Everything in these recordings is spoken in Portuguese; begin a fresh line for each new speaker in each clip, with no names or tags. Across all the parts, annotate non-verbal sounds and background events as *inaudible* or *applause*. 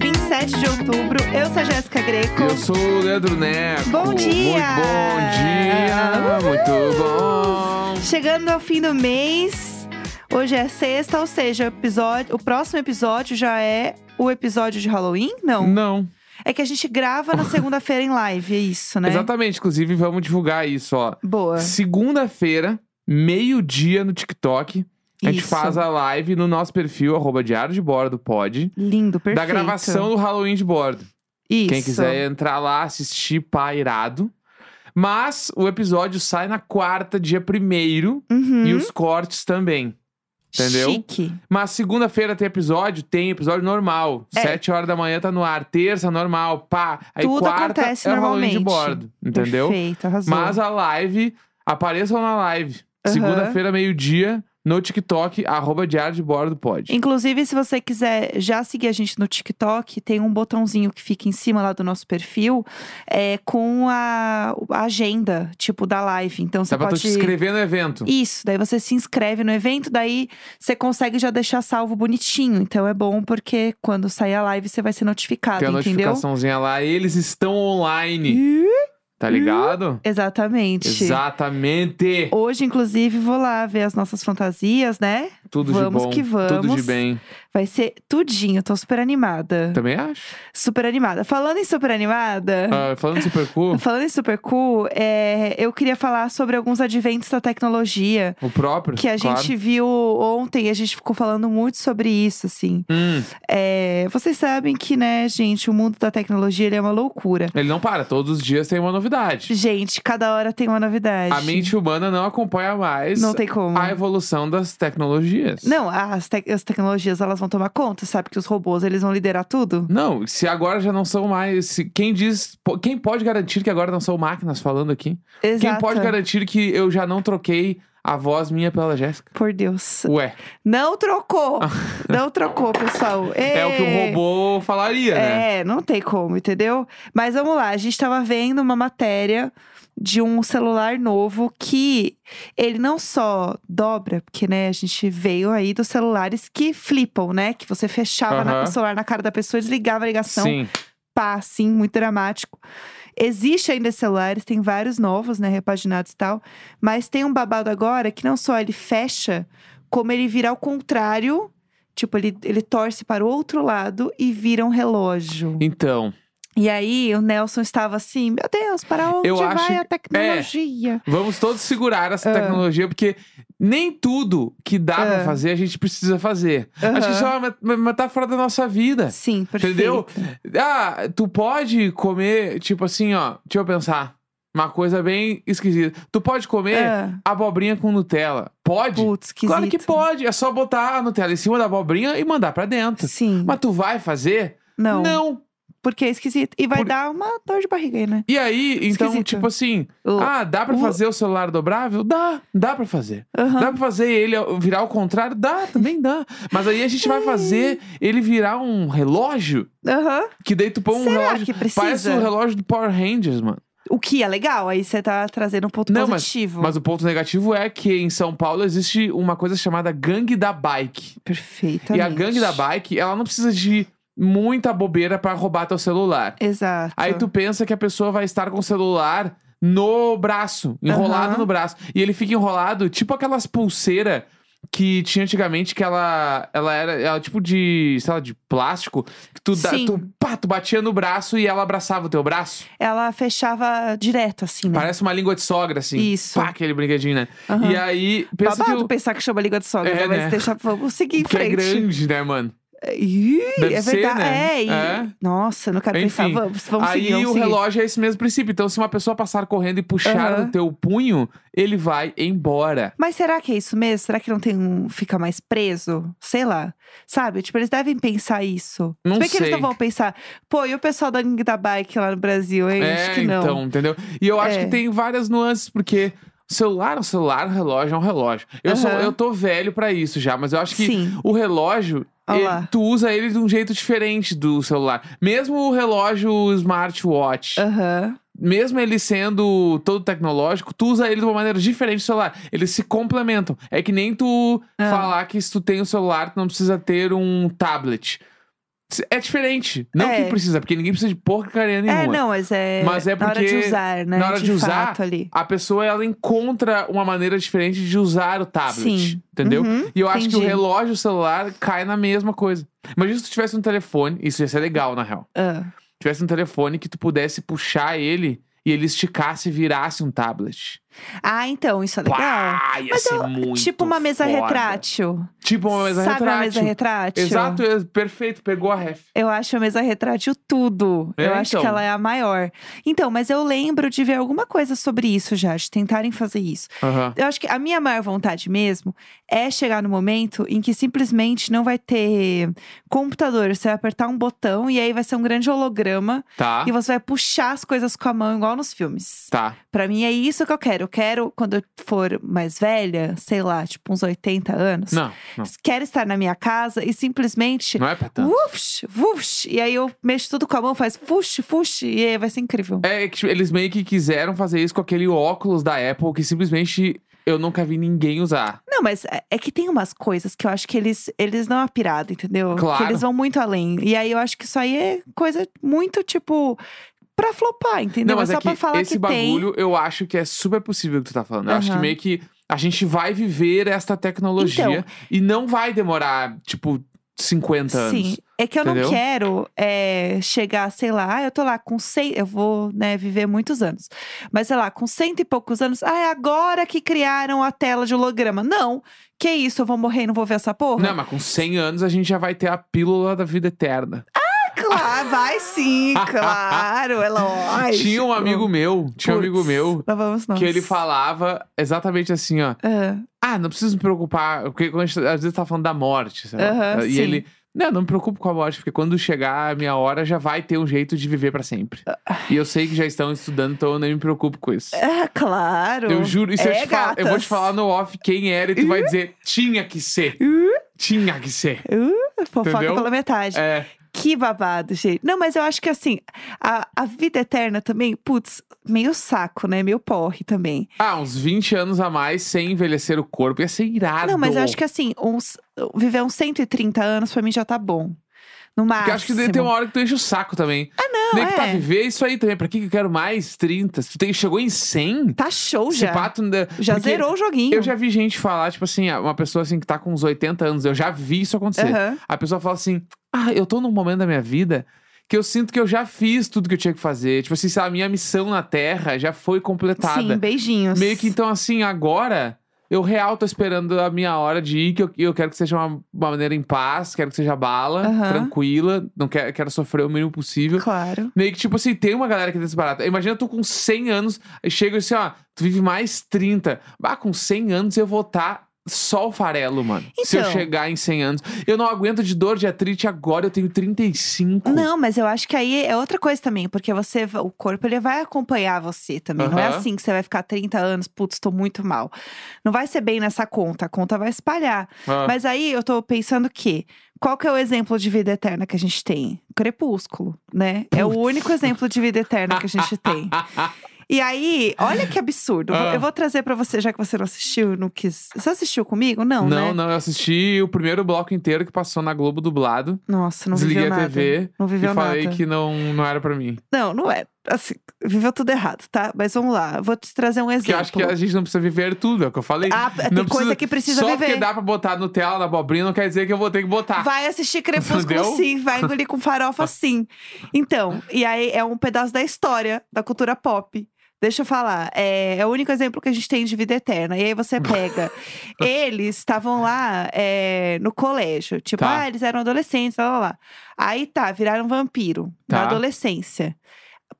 um é 7 de outubro. Eu sou a Jéssica Greco.
Eu sou o Leandro Neco.
Bom
Muito
dia!
bom dia! Muito bom!
Chegando ao fim do mês. Hoje é sexta, ou seja, o, episódio, o próximo episódio já é o episódio de Halloween? Não.
Não,
É que a gente grava na segunda-feira em live, é isso, né?
exatamente. Inclusive, vamos divulgar isso, ó.
Boa.
Segunda-feira, meio-dia no TikTok. A gente
Isso.
faz a live no nosso perfil, arroba Diário de Bordo, pode.
Lindo, perfeito.
Da gravação do Halloween de Bordo.
Isso.
Quem quiser entrar lá, assistir, pá, irado. Mas o episódio sai na quarta, dia primeiro.
Uhum.
E os cortes também. entendeu?
Chique.
Mas segunda-feira tem episódio? Tem episódio normal.
É.
Sete horas da manhã tá no ar. Terça, normal. Pá. Aí
Tudo
quarta
acontece
é o Halloween de
normalmente.
bordo. Entendeu?
Perfeito, arrasou.
Mas a live, apareçam na live.
Aham.
Segunda-feira, meio-dia, no TikTok, arroba Diário de Bordo pode.
Inclusive, se você quiser já seguir a gente no TikTok, tem um botãozinho que fica em cima lá do nosso perfil é, com a, a agenda, tipo, da live. Então você
Dá pra tu
pode.
te inscrever no evento.
Isso, daí você se inscreve no evento, daí você consegue já deixar salvo bonitinho. Então é bom porque quando sair a live você vai ser notificado,
Tem a
entendeu?
notificaçãozinha lá. Eles estão online. Tá ligado?
Exatamente.
Exatamente.
Hoje, inclusive, vou lá ver as nossas fantasias, né?
Tudo
vamos
de bom.
que
Tudo de
vamos.
bem.
Vai ser tudinho, tô super animada.
Também acho.
Super animada. Falando em super animada.
Ah, falando do Super
*laughs*
Cool,
Falando em super cool, é, eu queria falar sobre alguns adventos da tecnologia
o próprio.
que a
claro.
gente viu ontem e a gente ficou falando muito sobre isso, assim.
Hum,
É, vocês sabem que, né, gente, o mundo da tecnologia ele é uma loucura.
ele não para, todos os dias tem uma novidade.
Gente, cada hora tem uma novidade.
A mente humana não acompanha mais
Não tem como.
a evolução das tecnologias.
Não, as, tec- as tecnologias elas vão tomar conta, sabe que os robôs eles vão liderar tudo?
Não, se agora já não são mais. se- quem diz. po- Quem pode garantir que agora não são máquinas falando aqui?
Exato.
Quem pode garantir que eu já não troquei a voz minha pela Jéssica?
Por Deus.
Ué,
Não trocou. não trocou, pessoal.
Ah. *laughs* é o que o
Ê!
robô falaria, né?
É, não tem como, entendeu? Mas vamos lá, a gente tava vendo uma matéria de um celular novo que ele não só dobra, porque né, a gente veio aí dos celulares que flipam, né? Que você fechava na-
Aham.
o celular na cara da pessoa, desligava a ligação,
Sim.
pá, assim, muito dramático. Existe ainda esse celular, eles têm vários novos, né, repaginados e tal, mas tem um babado agora que não só ele fecha, como ele vira ao contrário, tipo, ele, ele torce para o outro lado e vira um relógio.
Então,
E aí, o Nelson estava assim, meu Deus, para onde
Eu
vai
acho- é."
a tecnologia?
vamos todos segurar essa tecnologia, porque nem tudo que dá pra
Ah.
fazer a gente precisa fazer.
Aham.
Acho que isso é uma met- uma metáfora da nossa vida.
Sim, perfeito.
Entendeu? Ah, tu pode comer, tipo assim, ó. Deixa eu pensar. Uma coisa bem esquisita. Tu pode comer
Ah.
abobrinha com Nutella. Pode?
Putz, esquisito.
É. claro que pode. É só botar a Nutella em cima da abobrinha e mandar pra dentro.
Sim,
Mas tu vai fazer?
não, porque é esquisito. E vai
Por-
dar uma dor de barriga aí, né?
E aí, então,
Esquisito.
tipo assim,
Uh,
ah, dá pra
o-
fazer o celular dobrável? Dá, dá pra fazer.
aham.
Dá pra fazer ele virar ao contrário? Dá, também dá. Mas aí a gente
É.
vai fazer ele virar um relógio,
Aham.
que daí tu põe um
Será
relógio
que
Parece
precisa?
o relógio do Power Rangers, mano.
O que é legal, aí você tá trazendo um ponto
Não, mas-
positivo.
Mas o ponto negativo é que em São Paulo existe uma coisa chamada gangue da bike.
Perfeitamente.
E a gangue da bike, ela não precisa de muita bobeira pra roubar teu celular.
Exato.
Aí tu pensa que a pessoa vai estar com o celular no braço, enrolado
Aham.
no braço. E ele fica enrolado, tipo aquelas pulseiras que tinha antigamente, que ela, ela era ela, tipo de, sei lá, de plástico, que tu, dá,
Sim.
tu, pá, tu batia no braço e ela abraçava o teu braço.
Ela fechava direto, assim, né?
Parece uma língua de sogra, assim.
Isso.
Pá, aquele brinquedinho, né?
Aham.
E aí, pensa
Babado
que o-
pensar que chama língua de sogra,
É,
né? mas
né?
deixa, vamos seguir em
que é
frente.
grande, né, mano?
Ih,
Deve
é
ser,
verdade.
né?
É, e...
É.
Nossa, eu não quero pensar.
Enfim,
Vamos, vamos
Aí
seguir, vamos
o
seguir.
relógio é esse mesmo princípio. Então, se uma pessoa passar correndo e puxar
Aham.
o teu punho, ele vai embora.
Mas será que é isso mesmo? Será que não tem um. fica mais preso? Sei lá. Sabe? Tipo, eles devem pensar isso.
Não
Se bem que eles
sei.
não vão pensar, pô, e o pessoal da gangue da bike lá no Brasil, hein?
é,
Acho que não.
então, entendeu? E eu acho
É.
que tem várias nuances, porque celular é um celular, relógio é um relógio. Eu, sou,
Aham.
eu tô velho pra isso já, mas eu acho que
Sim.
o relógio.
Olha
ele-
lá.
tu usa ele de um jeito diferente do celular. Mesmo o relógio smartwatch,
Aham.
mesmo ele sendo todo tecnológico, tu usa ele de uma maneira diferente do celular. Eles se complementam. É que nem tu
Ah.
falar que se tu tem o celular, tu não precisa ter um tablet. É diferente. Não
É.
que precisa, porque ninguém precisa de porcaria nenhuma.
É, não, mas é.
Mas é
Na hora de
porque-
usar, né?
na hora de usar,
fato ali.
A pessoa, ela encontra uma maneira diferente de usar o tablet.
Sim.
Entendeu?
Uhum,
E eu acho que o
entendi.
relógio celular cai na mesma coisa. Imagina se tu tivesse um telefone, isso ia ser legal, na real.
Ah,
Tivesse um telefone que tu pudesse puxar ele e ele esticasse e virasse um tablet.
Ah, então, isso é legal.
Pá, ia
Mas
ser
eu-
muito
tipo uma mesa
foda.
retrátil.
Tipo uma mesa
Sabe
retrátil.
uma mesa retrátil?
Exato, é- perfeito, pegou a ref.
Eu acho a mesa retrátil tudo.
É,
eu acho
então.
que ela é a maior. Então, mas eu lembro de ver alguma coisa sobre isso já, de tentarem fazer isso.
Aham.
Eu acho que a minha maior vontade mesmo é chegar no momento em que simplesmente não vai ter computador. Você vai apertar um botão e aí vai ser um grande holograma
Tá,
e você vai puxar as coisas com a mão, igual nos filmes.
tá.
Pra mim é isso que eu quero. Eu quero, quando eu for mais velha, sei lá, tipo uns 80 anos,
Não, não.
quero estar na minha casa e simplesmente.
Não é pra tanto.
Wufsh, wufsh. E aí eu mexo tudo com a mão, faz push, push, e aí vai ser incrível.
É que tipo, eles meio que quiseram fazer isso com aquele óculos da Apple que simplesmente eu nunca vi ninguém usar.
Não, mas é- é que tem umas coisas que eu acho que eles, eles não é pirada, entendeu?
Claro.
Que eles vão muito além. E aí eu acho que isso aí é coisa muito, tipo, pra flopar, entendeu?
não, mas
é só
que
pra falar
esse
que tem.
bagulho eu acho que é super possível o que tu tá falando. Eu acho que
Aham.
meio que a gente vai viver esta tecnologia
Então.
e não vai demorar, tipo, 50 anos.
Sim, é que eu
entendeu?
não quero é, chegar, sei lá, ah, eu tô lá com 100, eu vou né, viver muitos anos. Mas sei lá, com cento e poucos anos, ah, é agora que criaram a tela de holograma. Não, que isso, eu vou morrer e não vou ver essa porra?
Não, mas com 100 anos a gente já vai ter a pílula da vida eterna.
*laughs* Claro, vai
*laughs*
sim, claro, é lógico.
tinha um amigo meu, tinha um
Puts,
amigo meu
Lá vamos nós.
que ele falava exatamente assim, ó.
Ah,
Ah, não preciso me preocupar, porque quando a gente, às vezes tá falando da morte, sei lá.
Aham,
e
sim.
ele, não, não me preocupo com a morte, porque quando chegar a minha hora já vai ter um jeito de viver pra sempre. E eu sei que já estão estudando, então eu nem me preocupo com isso.
ah, claro.
Eu juro, isso
É,
eu, te falo, eu vou te
gatas.
falar no off quem era e tu vai dizer, tinha que ser,
Uh,
tinha que ser.
uh, fofoca
Entendeu?
pela metade.
É,
Que babado, gente. Não, mas eu acho que assim, a, a vida eterna também, putz, meio saco, né? Meio porre também.
ah, uns 20 anos a mais sem envelhecer o corpo, ia ser irado.
Não, mas eu acho que assim, uns, viver uns 130 anos pra mim já tá bom. No máximo.
Porque eu acho que deve ter uma hora que tu enche o saco também. Ah, não, Nem que tá
é.
viver isso aí também. Pra que que eu quero mais 30? Se tu tem, chegou em 100?
Tá show
Esse
já.
pato ainda-
Já
porque
zerou um. o joguinho.
Eu já vi gente falar, tipo assim, uma pessoa assim que tá com uns 80 anos, eu já vi isso acontecer.
Aham.
A pessoa fala assim: Ah, eu tô num momento da minha vida que eu sinto que eu já fiz tudo que eu tinha que fazer. Tipo assim, sei lá, a minha missão na Terra já foi completada.
Sim, beijinhos.
Tá, né? Meio que então, assim, agora eu real tô esperando a minha hora de ir, que eu, eu quero que seja uma, uma maneira em paz, quero que seja bala,
Aham.
tranquila, não quero, quero sofrer o mínimo possível.
Claro.
Meio que, tipo assim, tem uma galera que é desbarata. Imagina tu com 100 anos, aí chega assim, ó, tu vive mais 30. Ah, com 100 anos eu vou estar só o farelo, mano. Se eu
Então.
chegar em 100 anos. Eu não aguento de dor de atrite agora, eu tenho 35.
Não, mas eu acho que aí é outra coisa também, porque você, va- o corpo ele vai acompanhar você também. Não é
Aham.
assim que você vai ficar 30 anos, putz, tô muito mal. Não vai ser bem nessa conta, a conta vai espalhar.
Ah,
Mas aí eu tô pensando que qual que é o exemplo de vida eterna que a gente tem? Crepúsculo, né? É o único exemplo de vida eterna que a gente tem. E aí, olha que absurdo. Eu vou-
Ah.
Eu vou trazer pra você, já que você não assistiu, não quis. Você assistiu comigo? Não,
não,
né?
não, eu assisti o primeiro bloco inteiro que passou na Globo dublado.
Nossa, não
desliguei
viveu
a
nada.
TV
não viveu
e falei
nada.
que não, não era pra mim.
Não, não é. Assim, viveu tudo errado, tá? Mas vamos lá, vou te trazer um
Porque eu
exemplo.
acho que a gente não precisa viver tudo, é o que eu falei.
Ah, tem
Não
coisa que precisa
Só
viver.
porque dá pra botar Nutella na abobrinha não quer dizer que eu vou ter que botar.
Vai assistir Crepúsculo
Tá. Entendeu? Tá.
sim, vai engolir com farofa sim. Então, e aí é um pedaço da história, da cultura pop. Deixa eu falar, é, é o único exemplo que a gente tem de vida eterna. E
*laughs*
aí você pega. eles estavam lá é, no colégio. Tipo,
Tá.
ah, eles eram adolescentes, lá, lá, lá. Aí tá, viraram vampiro
Tá.
na adolescência.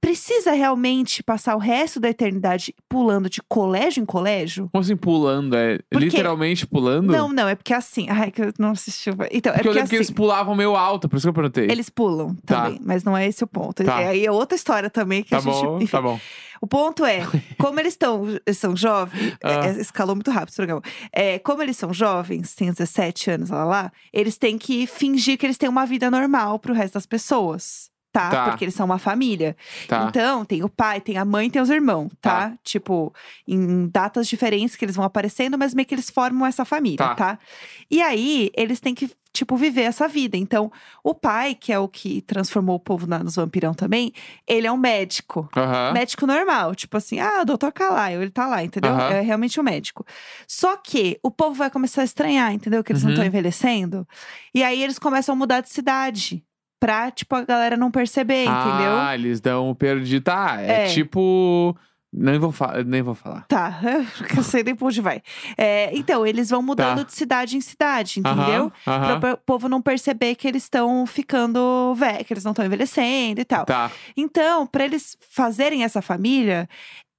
Precisa realmente passar o resto da eternidade pulando de colégio em colégio?
Como assim, pulando? É
Porque-
literalmente pulando?
Não, não, é porque assim. Ai, que eu não assisti. o- Então, é
porque eu
porque
lembro
assim.
que eles pulavam meio alto, por isso que eu perguntei.
Eles pulam
Tá.
também, mas não é esse o ponto.
Tá.
É, Aí é outra história também que
Tá
a gente.
bom,
enfim.
tá bom.
O ponto
*laughs*
é, como eles estão, eles são jovens,
Ah.
é, escalou muito rápido o programa. É, como eles são jovens, têm 17 anos, lá, lá, lá, eles têm que fingir que eles têm uma vida normal pro resto das pessoas. tá?
Tá.
Porque eles são uma família.
Tá.
Então, tem o pai, tem a mãe, tem os irmãos, tá? Tipo, em datas diferentes que eles vão aparecendo, mas meio que eles formam essa família,
Tá.
tá? E aí, eles têm que, tipo, viver essa vida. Então, o pai, que é o que transformou o povo na- nos vampirão também, ele é um médico.
Aham.
Médico normal, tipo assim, ah, o doutor Calaio, ele tá lá, entendeu?
Aham.
É realmente um médico. Só que o povo vai começar a estranhar, entendeu? Que eles não
Uhum.
estão envelhecendo. E aí eles começam a mudar de cidade. Pra, tipo, a galera não perceber, entendeu?
Ah, eles dão o perdido. Tá, é,
É.
tipo. Nem vou, fa- nem vou falar.
Tá, *laughs* eu sei nem pra onde vai. É, então, eles vão mudando
Tá.
de cidade em cidade,
Aham,
entendeu?
Aham.
Pra o povo não perceber que eles estão ficando velhos, que eles não estão envelhecendo e tal.
Tá.
Então, pra eles fazerem essa família,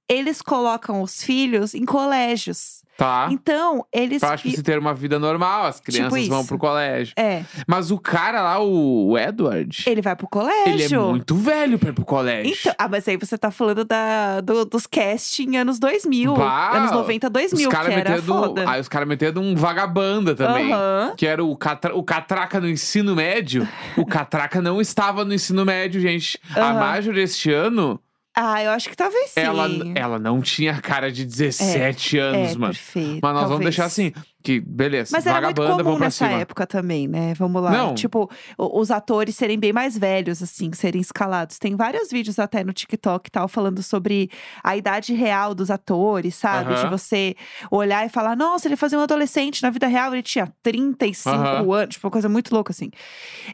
eles colocam os filhos em colégios.
Tá.
Então, eles.
Pra tipo,
fi- Tipo
se ter uma vida normal, as crianças vão
isso.
pro colégio.
É,
Mas o cara lá, o, o Edward,
ele vai pro colégio.
ele é muito velho pra ir pro colégio.
Então, ah, mas aí você tá falando da, do- dos cast em anos 2000,
Bah,
anos 90, 2000,
os caras
que era
metendo.
foda.
Aí os caras metendo um vagabanda também.
Aham.
Que era o, catra- o Catraca no ensino médio. o Catraca não estava no ensino médio, gente. A
Aham.
Major este ano,
Ah, eu acho que talvez sim.
ela, ela não tinha cara de 17 anos,
é,
mano.
Perfeito,
Mas nós vamos
talvez.
deixar assim, que beleza,
Mas era muito
vagabanda, vamos
comum
pra
nessa
cima.
época também, né? Vamos lá.
Não.
Tipo, o- os atores serem bem mais velhos, assim, serem escalados. Tem vários vídeos até no TikTok e tal, falando sobre a idade real dos atores, sabe?
Aham.
De você olhar e falar, nossa, ele fazia um adolescente na vida real, ele tinha 35
Aham.
anos, tipo, uma coisa muito louca, assim.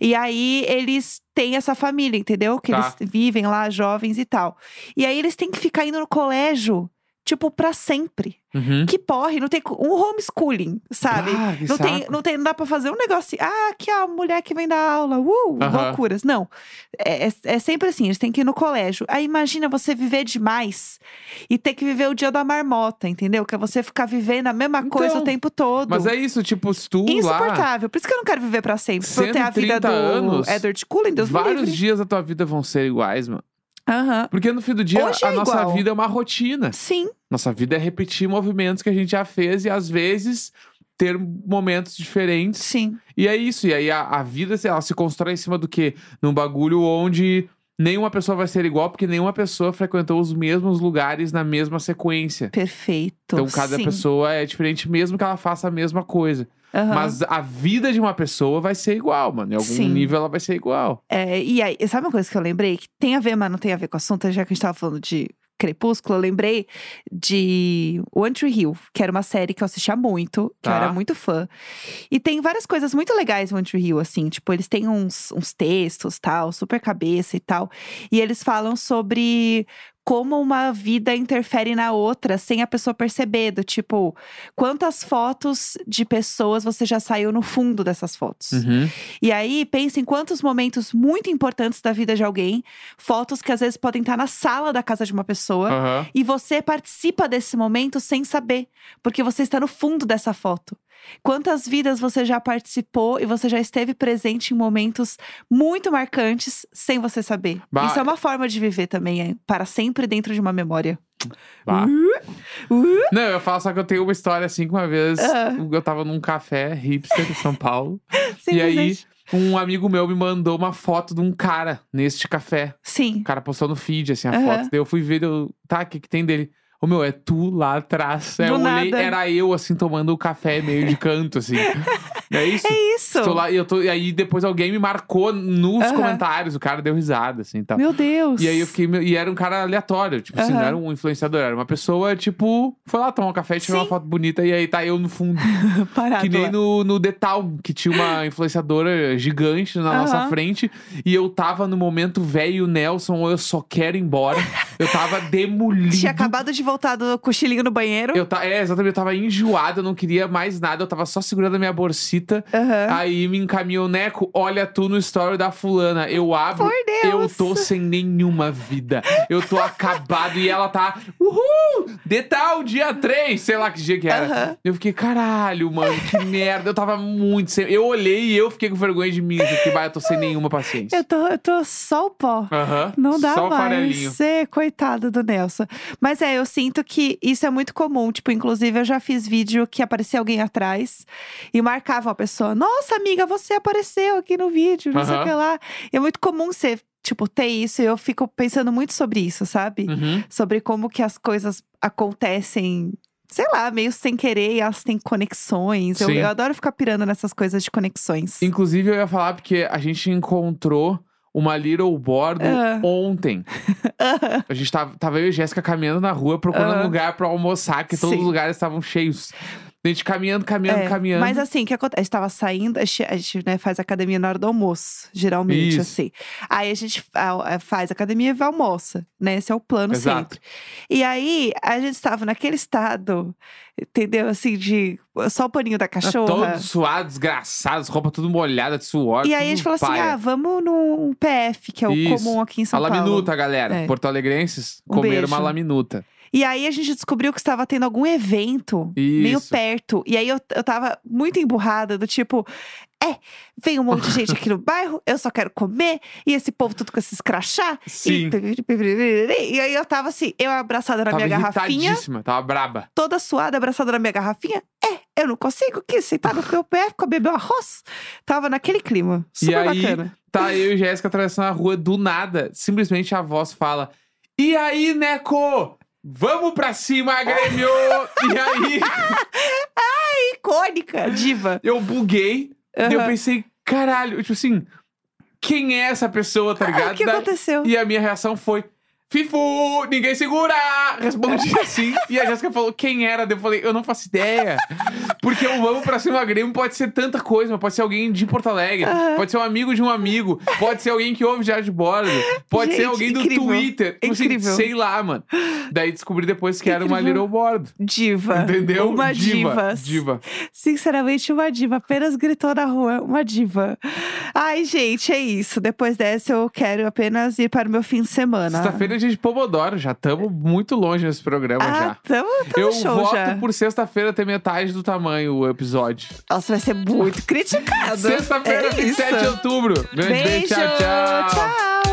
E aí eles têm essa família, entendeu? Que
Tá.
eles vivem lá, jovens e tal. E aí eles têm que ficar indo no colégio, tipo, pra sempre.
Uhum.
Que porre, não tem co- um homeschooling, sabe?
Ah, que
Não tem,
saco.
não tem, não dá pra fazer um negócio assim, ah, aqui é a mulher que vem dar aula, uh,
Aham.
loucuras. Não, é, é, é sempre assim, eles têm que ir no colégio. Aí imagina você viver demais e ter que viver o dia da marmota, entendeu? Que é você ficar vivendo a mesma coisa o
Então,
tempo todo.
Mas é isso, tipo, se tu lá,
Insuportável, por isso que eu não quero viver pra sempre. Pra eu ter a
130
vida do
anos,
Edward Cullen, Deus me
vários
livre.
dias da tua vida vão ser iguais, mano.
Aham.
Porque no fim do dia,
Hoje
a
é
nossa
igual.
vida é uma rotina.
Sim,
Nossa vida é repetir movimentos que a gente já fez e às vezes ter momentos diferentes.
sim.
E é isso. E aí a, a vida, sei lá, se constrói em cima do quê? Num bagulho onde nenhuma pessoa vai ser igual, porque nenhuma pessoa frequentou os mesmos lugares na mesma sequência.
Perfeito.
Então cada
sim.
pessoa é diferente, mesmo que ela faça a mesma coisa.
Aham.
Mas a vida de uma pessoa vai ser igual, mano. Em algum
Sim.
nível ela vai ser igual.
É, e aí, sabe uma coisa que eu lembrei? Que tem a ver, mas não tem a ver com o assunto, já que a gente tava falando de Crepúsculo, eu lembrei de One Tree Hill, que era uma série que eu assistia muito, que eu
Tá.
era muito fã. E tem várias coisas muito legais no One Tree Hill, assim, tipo, eles têm uns, uns textos, tal, super cabeça e tal. E eles falam sobre como uma vida interfere na outra sem a pessoa perceber, do tipo, quantas fotos de pessoas você já saiu no fundo dessas fotos.
Uhum.
E aí, pensa em quantos momentos muito importantes da vida de alguém, fotos que às vezes podem estar na sala da casa de uma pessoa.
Aham.
E você participa desse momento sem saber, porque você está no fundo dessa foto. Quantas vidas você já participou e você já esteve presente em momentos muito marcantes sem você saber?
Bah.
Isso é uma forma de viver também, é para sempre dentro de uma memória.
Bah.
Uh, uh,
Não, eu falo só que eu tenho uma história assim que uma vez
Ah.
eu tava num café hipster em São Paulo. e aí,
simplesmente.
um amigo meu me mandou uma foto de um cara neste café.
Sim.
O cara postou no feed, assim, a
Aham.
foto. Daí eu fui ver, eu, tá, o que, que tem dele? Ô meu, é tu lá atrás. Aí
Do
eu olhei,
nada.
era eu, assim, tomando o café meio de canto,
*laughs*
assim. é isso?
É isso.
Tô lá, e, eu tô, e aí depois alguém me marcou nos
Aham.
comentários, o cara deu risada, assim, e tal.
Meu Deus.
E aí eu fiquei. meio- E era um cara aleatório, tipo assim, não
Aham.
era um influenciador, era uma pessoa, tipo, foi lá tomar um café, tirou uma
Sim.
foto bonita e aí tá eu no fundo.
*laughs* Parado
que nem
lá.
no, no The Town, que tinha
*gasps*
uma influenciadora gigante na nossa
Aham.
frente. E eu tava no momento velho Nelson, eu só quero ir embora. Eu
*laughs*
tava demolido.
Tinha acabado de voltar do cochilinho no banheiro.
Eu ta... É, exatamente, eu tava enjoado, eu não queria mais nada, eu tava só segurando a minha bolsita.
Aham.
Aí me encaminhou, Neco, olha tu no story da fulana. Eu abro,
Por
eu
Deus.
tô sem nenhuma vida. Eu tô acabado e ela tá. Uhul! Detal, dia 3, sei lá que dia que era.
Aham.
Eu fiquei, caralho, mano,
*laughs*
que merda. Eu tava muito sem. Eu olhei e eu fiquei com vergonha de mim. Porque, bah, eu tô sem nenhuma paciência.
Eu tô, eu tô só o pó.
Aham.
Não dá
Só o farelinho.
mais. É, coitado do Nelson. Mas é, eu sinto que isso é muito comum. Tipo, inclusive, eu já fiz vídeo que aparecia alguém atrás e marcava grava a pessoa. Nossa, amiga, você apareceu aqui no vídeo, não sei o
Aham.
que lá. É muito comum você, tipo, ter isso. E eu fico pensando muito sobre isso, sabe?
Uhum.
Sobre como que as coisas acontecem, sei lá, meio sem querer. E elas têm conexões. Eu,
Sim.
eu adoro ficar pirando nessas coisas de conexões.
Inclusive, eu ia falar porque a gente encontrou uma Little Bordo
Ah.
ontem.
*laughs* Aham.
A gente tava, tava eu e Jéssica caminhando na rua procurando
Ah.
lugar pra almoçar, que todos
Sim.
os lugares estavam cheios. A gente caminhando, caminhando,
É,
caminhando.
Mas assim, o que acontece? A gente tava saindo, a gente, a gente, né, faz academia na hora do almoço, geralmente,
Isso.
assim. Aí a gente a- a- faz academia e vai almoça, né? Esse é o plano
Exato.
sempre. E aí, a gente estava naquele estado, entendeu? Assim, de só o paninho da
Tá
cachorra.
Todos suados, desgraçados, roupa tudo molhada de suor.
E aí a
tudo
gente falou assim:
um paia.
ah, vamos num PF, que é o
Isso.
comum aqui em São
A
Paulo.
laminuta, galera.
É.
Porto Alegrenses
Um
comeram
beijo.
uma laminuta.
E aí a gente descobriu que estava tendo algum evento meio
Isso.
perto. E aí eu, eu tava muito emburrada, do tipo. É, vem um monte de gente
*laughs*
aqui no bairro, eu só quero comer, e esse povo tudo com esses crachá.
Sim.
E, piriri, piriri. E aí eu tava assim, eu abraçada na
tava
minha garrafinha,
irritadíssima, tava braba.
toda suada, abraçada na minha garrafinha. É, eu não consigo aqui sentar no meu pé, ficar beber um arroz. Tava naquele clima.
E
Super
aí-
bacana.
Tá eu e Jéssica atravessando a rua do nada. Simplesmente a voz fala: E aí, Neco? Vamos pra cima,
*laughs*
Grêmio! e aí,
Icônica, diva.
eu buguei. E eu
Aham.
pensei, caralho, tipo assim, quem é essa pessoa, tá ligado?
*laughs* o que
Da-
aconteceu?
E a minha reação foi. Fifu, ninguém segura! Respondi
*laughs*
assim. e a Jéssica falou quem era. Daí Eu falei, eu não faço ideia. Porque o Vamos Pra Cima Grêmio pode ser tanta coisa, mas pode ser alguém de Porto Alegre,
Aham.
pode ser um amigo de um amigo, pode ser alguém que ouve Diário de Bordo, pode ser
Gente,
alguém do
incrível.
Twitter. Tipo assim,
Incrível.
sei lá, mano. Daí descobri depois que era uma
Incrível.
Little Bordo.
Diva.
Entendeu?
Uma
diva.
diva.
Diva.
Sinceramente, uma diva. Apenas gritou na rua, uma diva. Ai, gente, é isso. Depois dessa, eu quero apenas ir para o meu fim de semana.
Sexta-feira é dia de Pomodoro, já estamos muito longe nesse programa
Ah,
já.
tamo, tamo
Eu
show
voto
já.
por sexta-feira ter metade do tamanho o episódio.
Nossa, vai ser muito criticado.
Sexta-feira,
é
27 de
isso.
outubro. Grande
Beijo.
beijo, tchau, tchau.
tchau.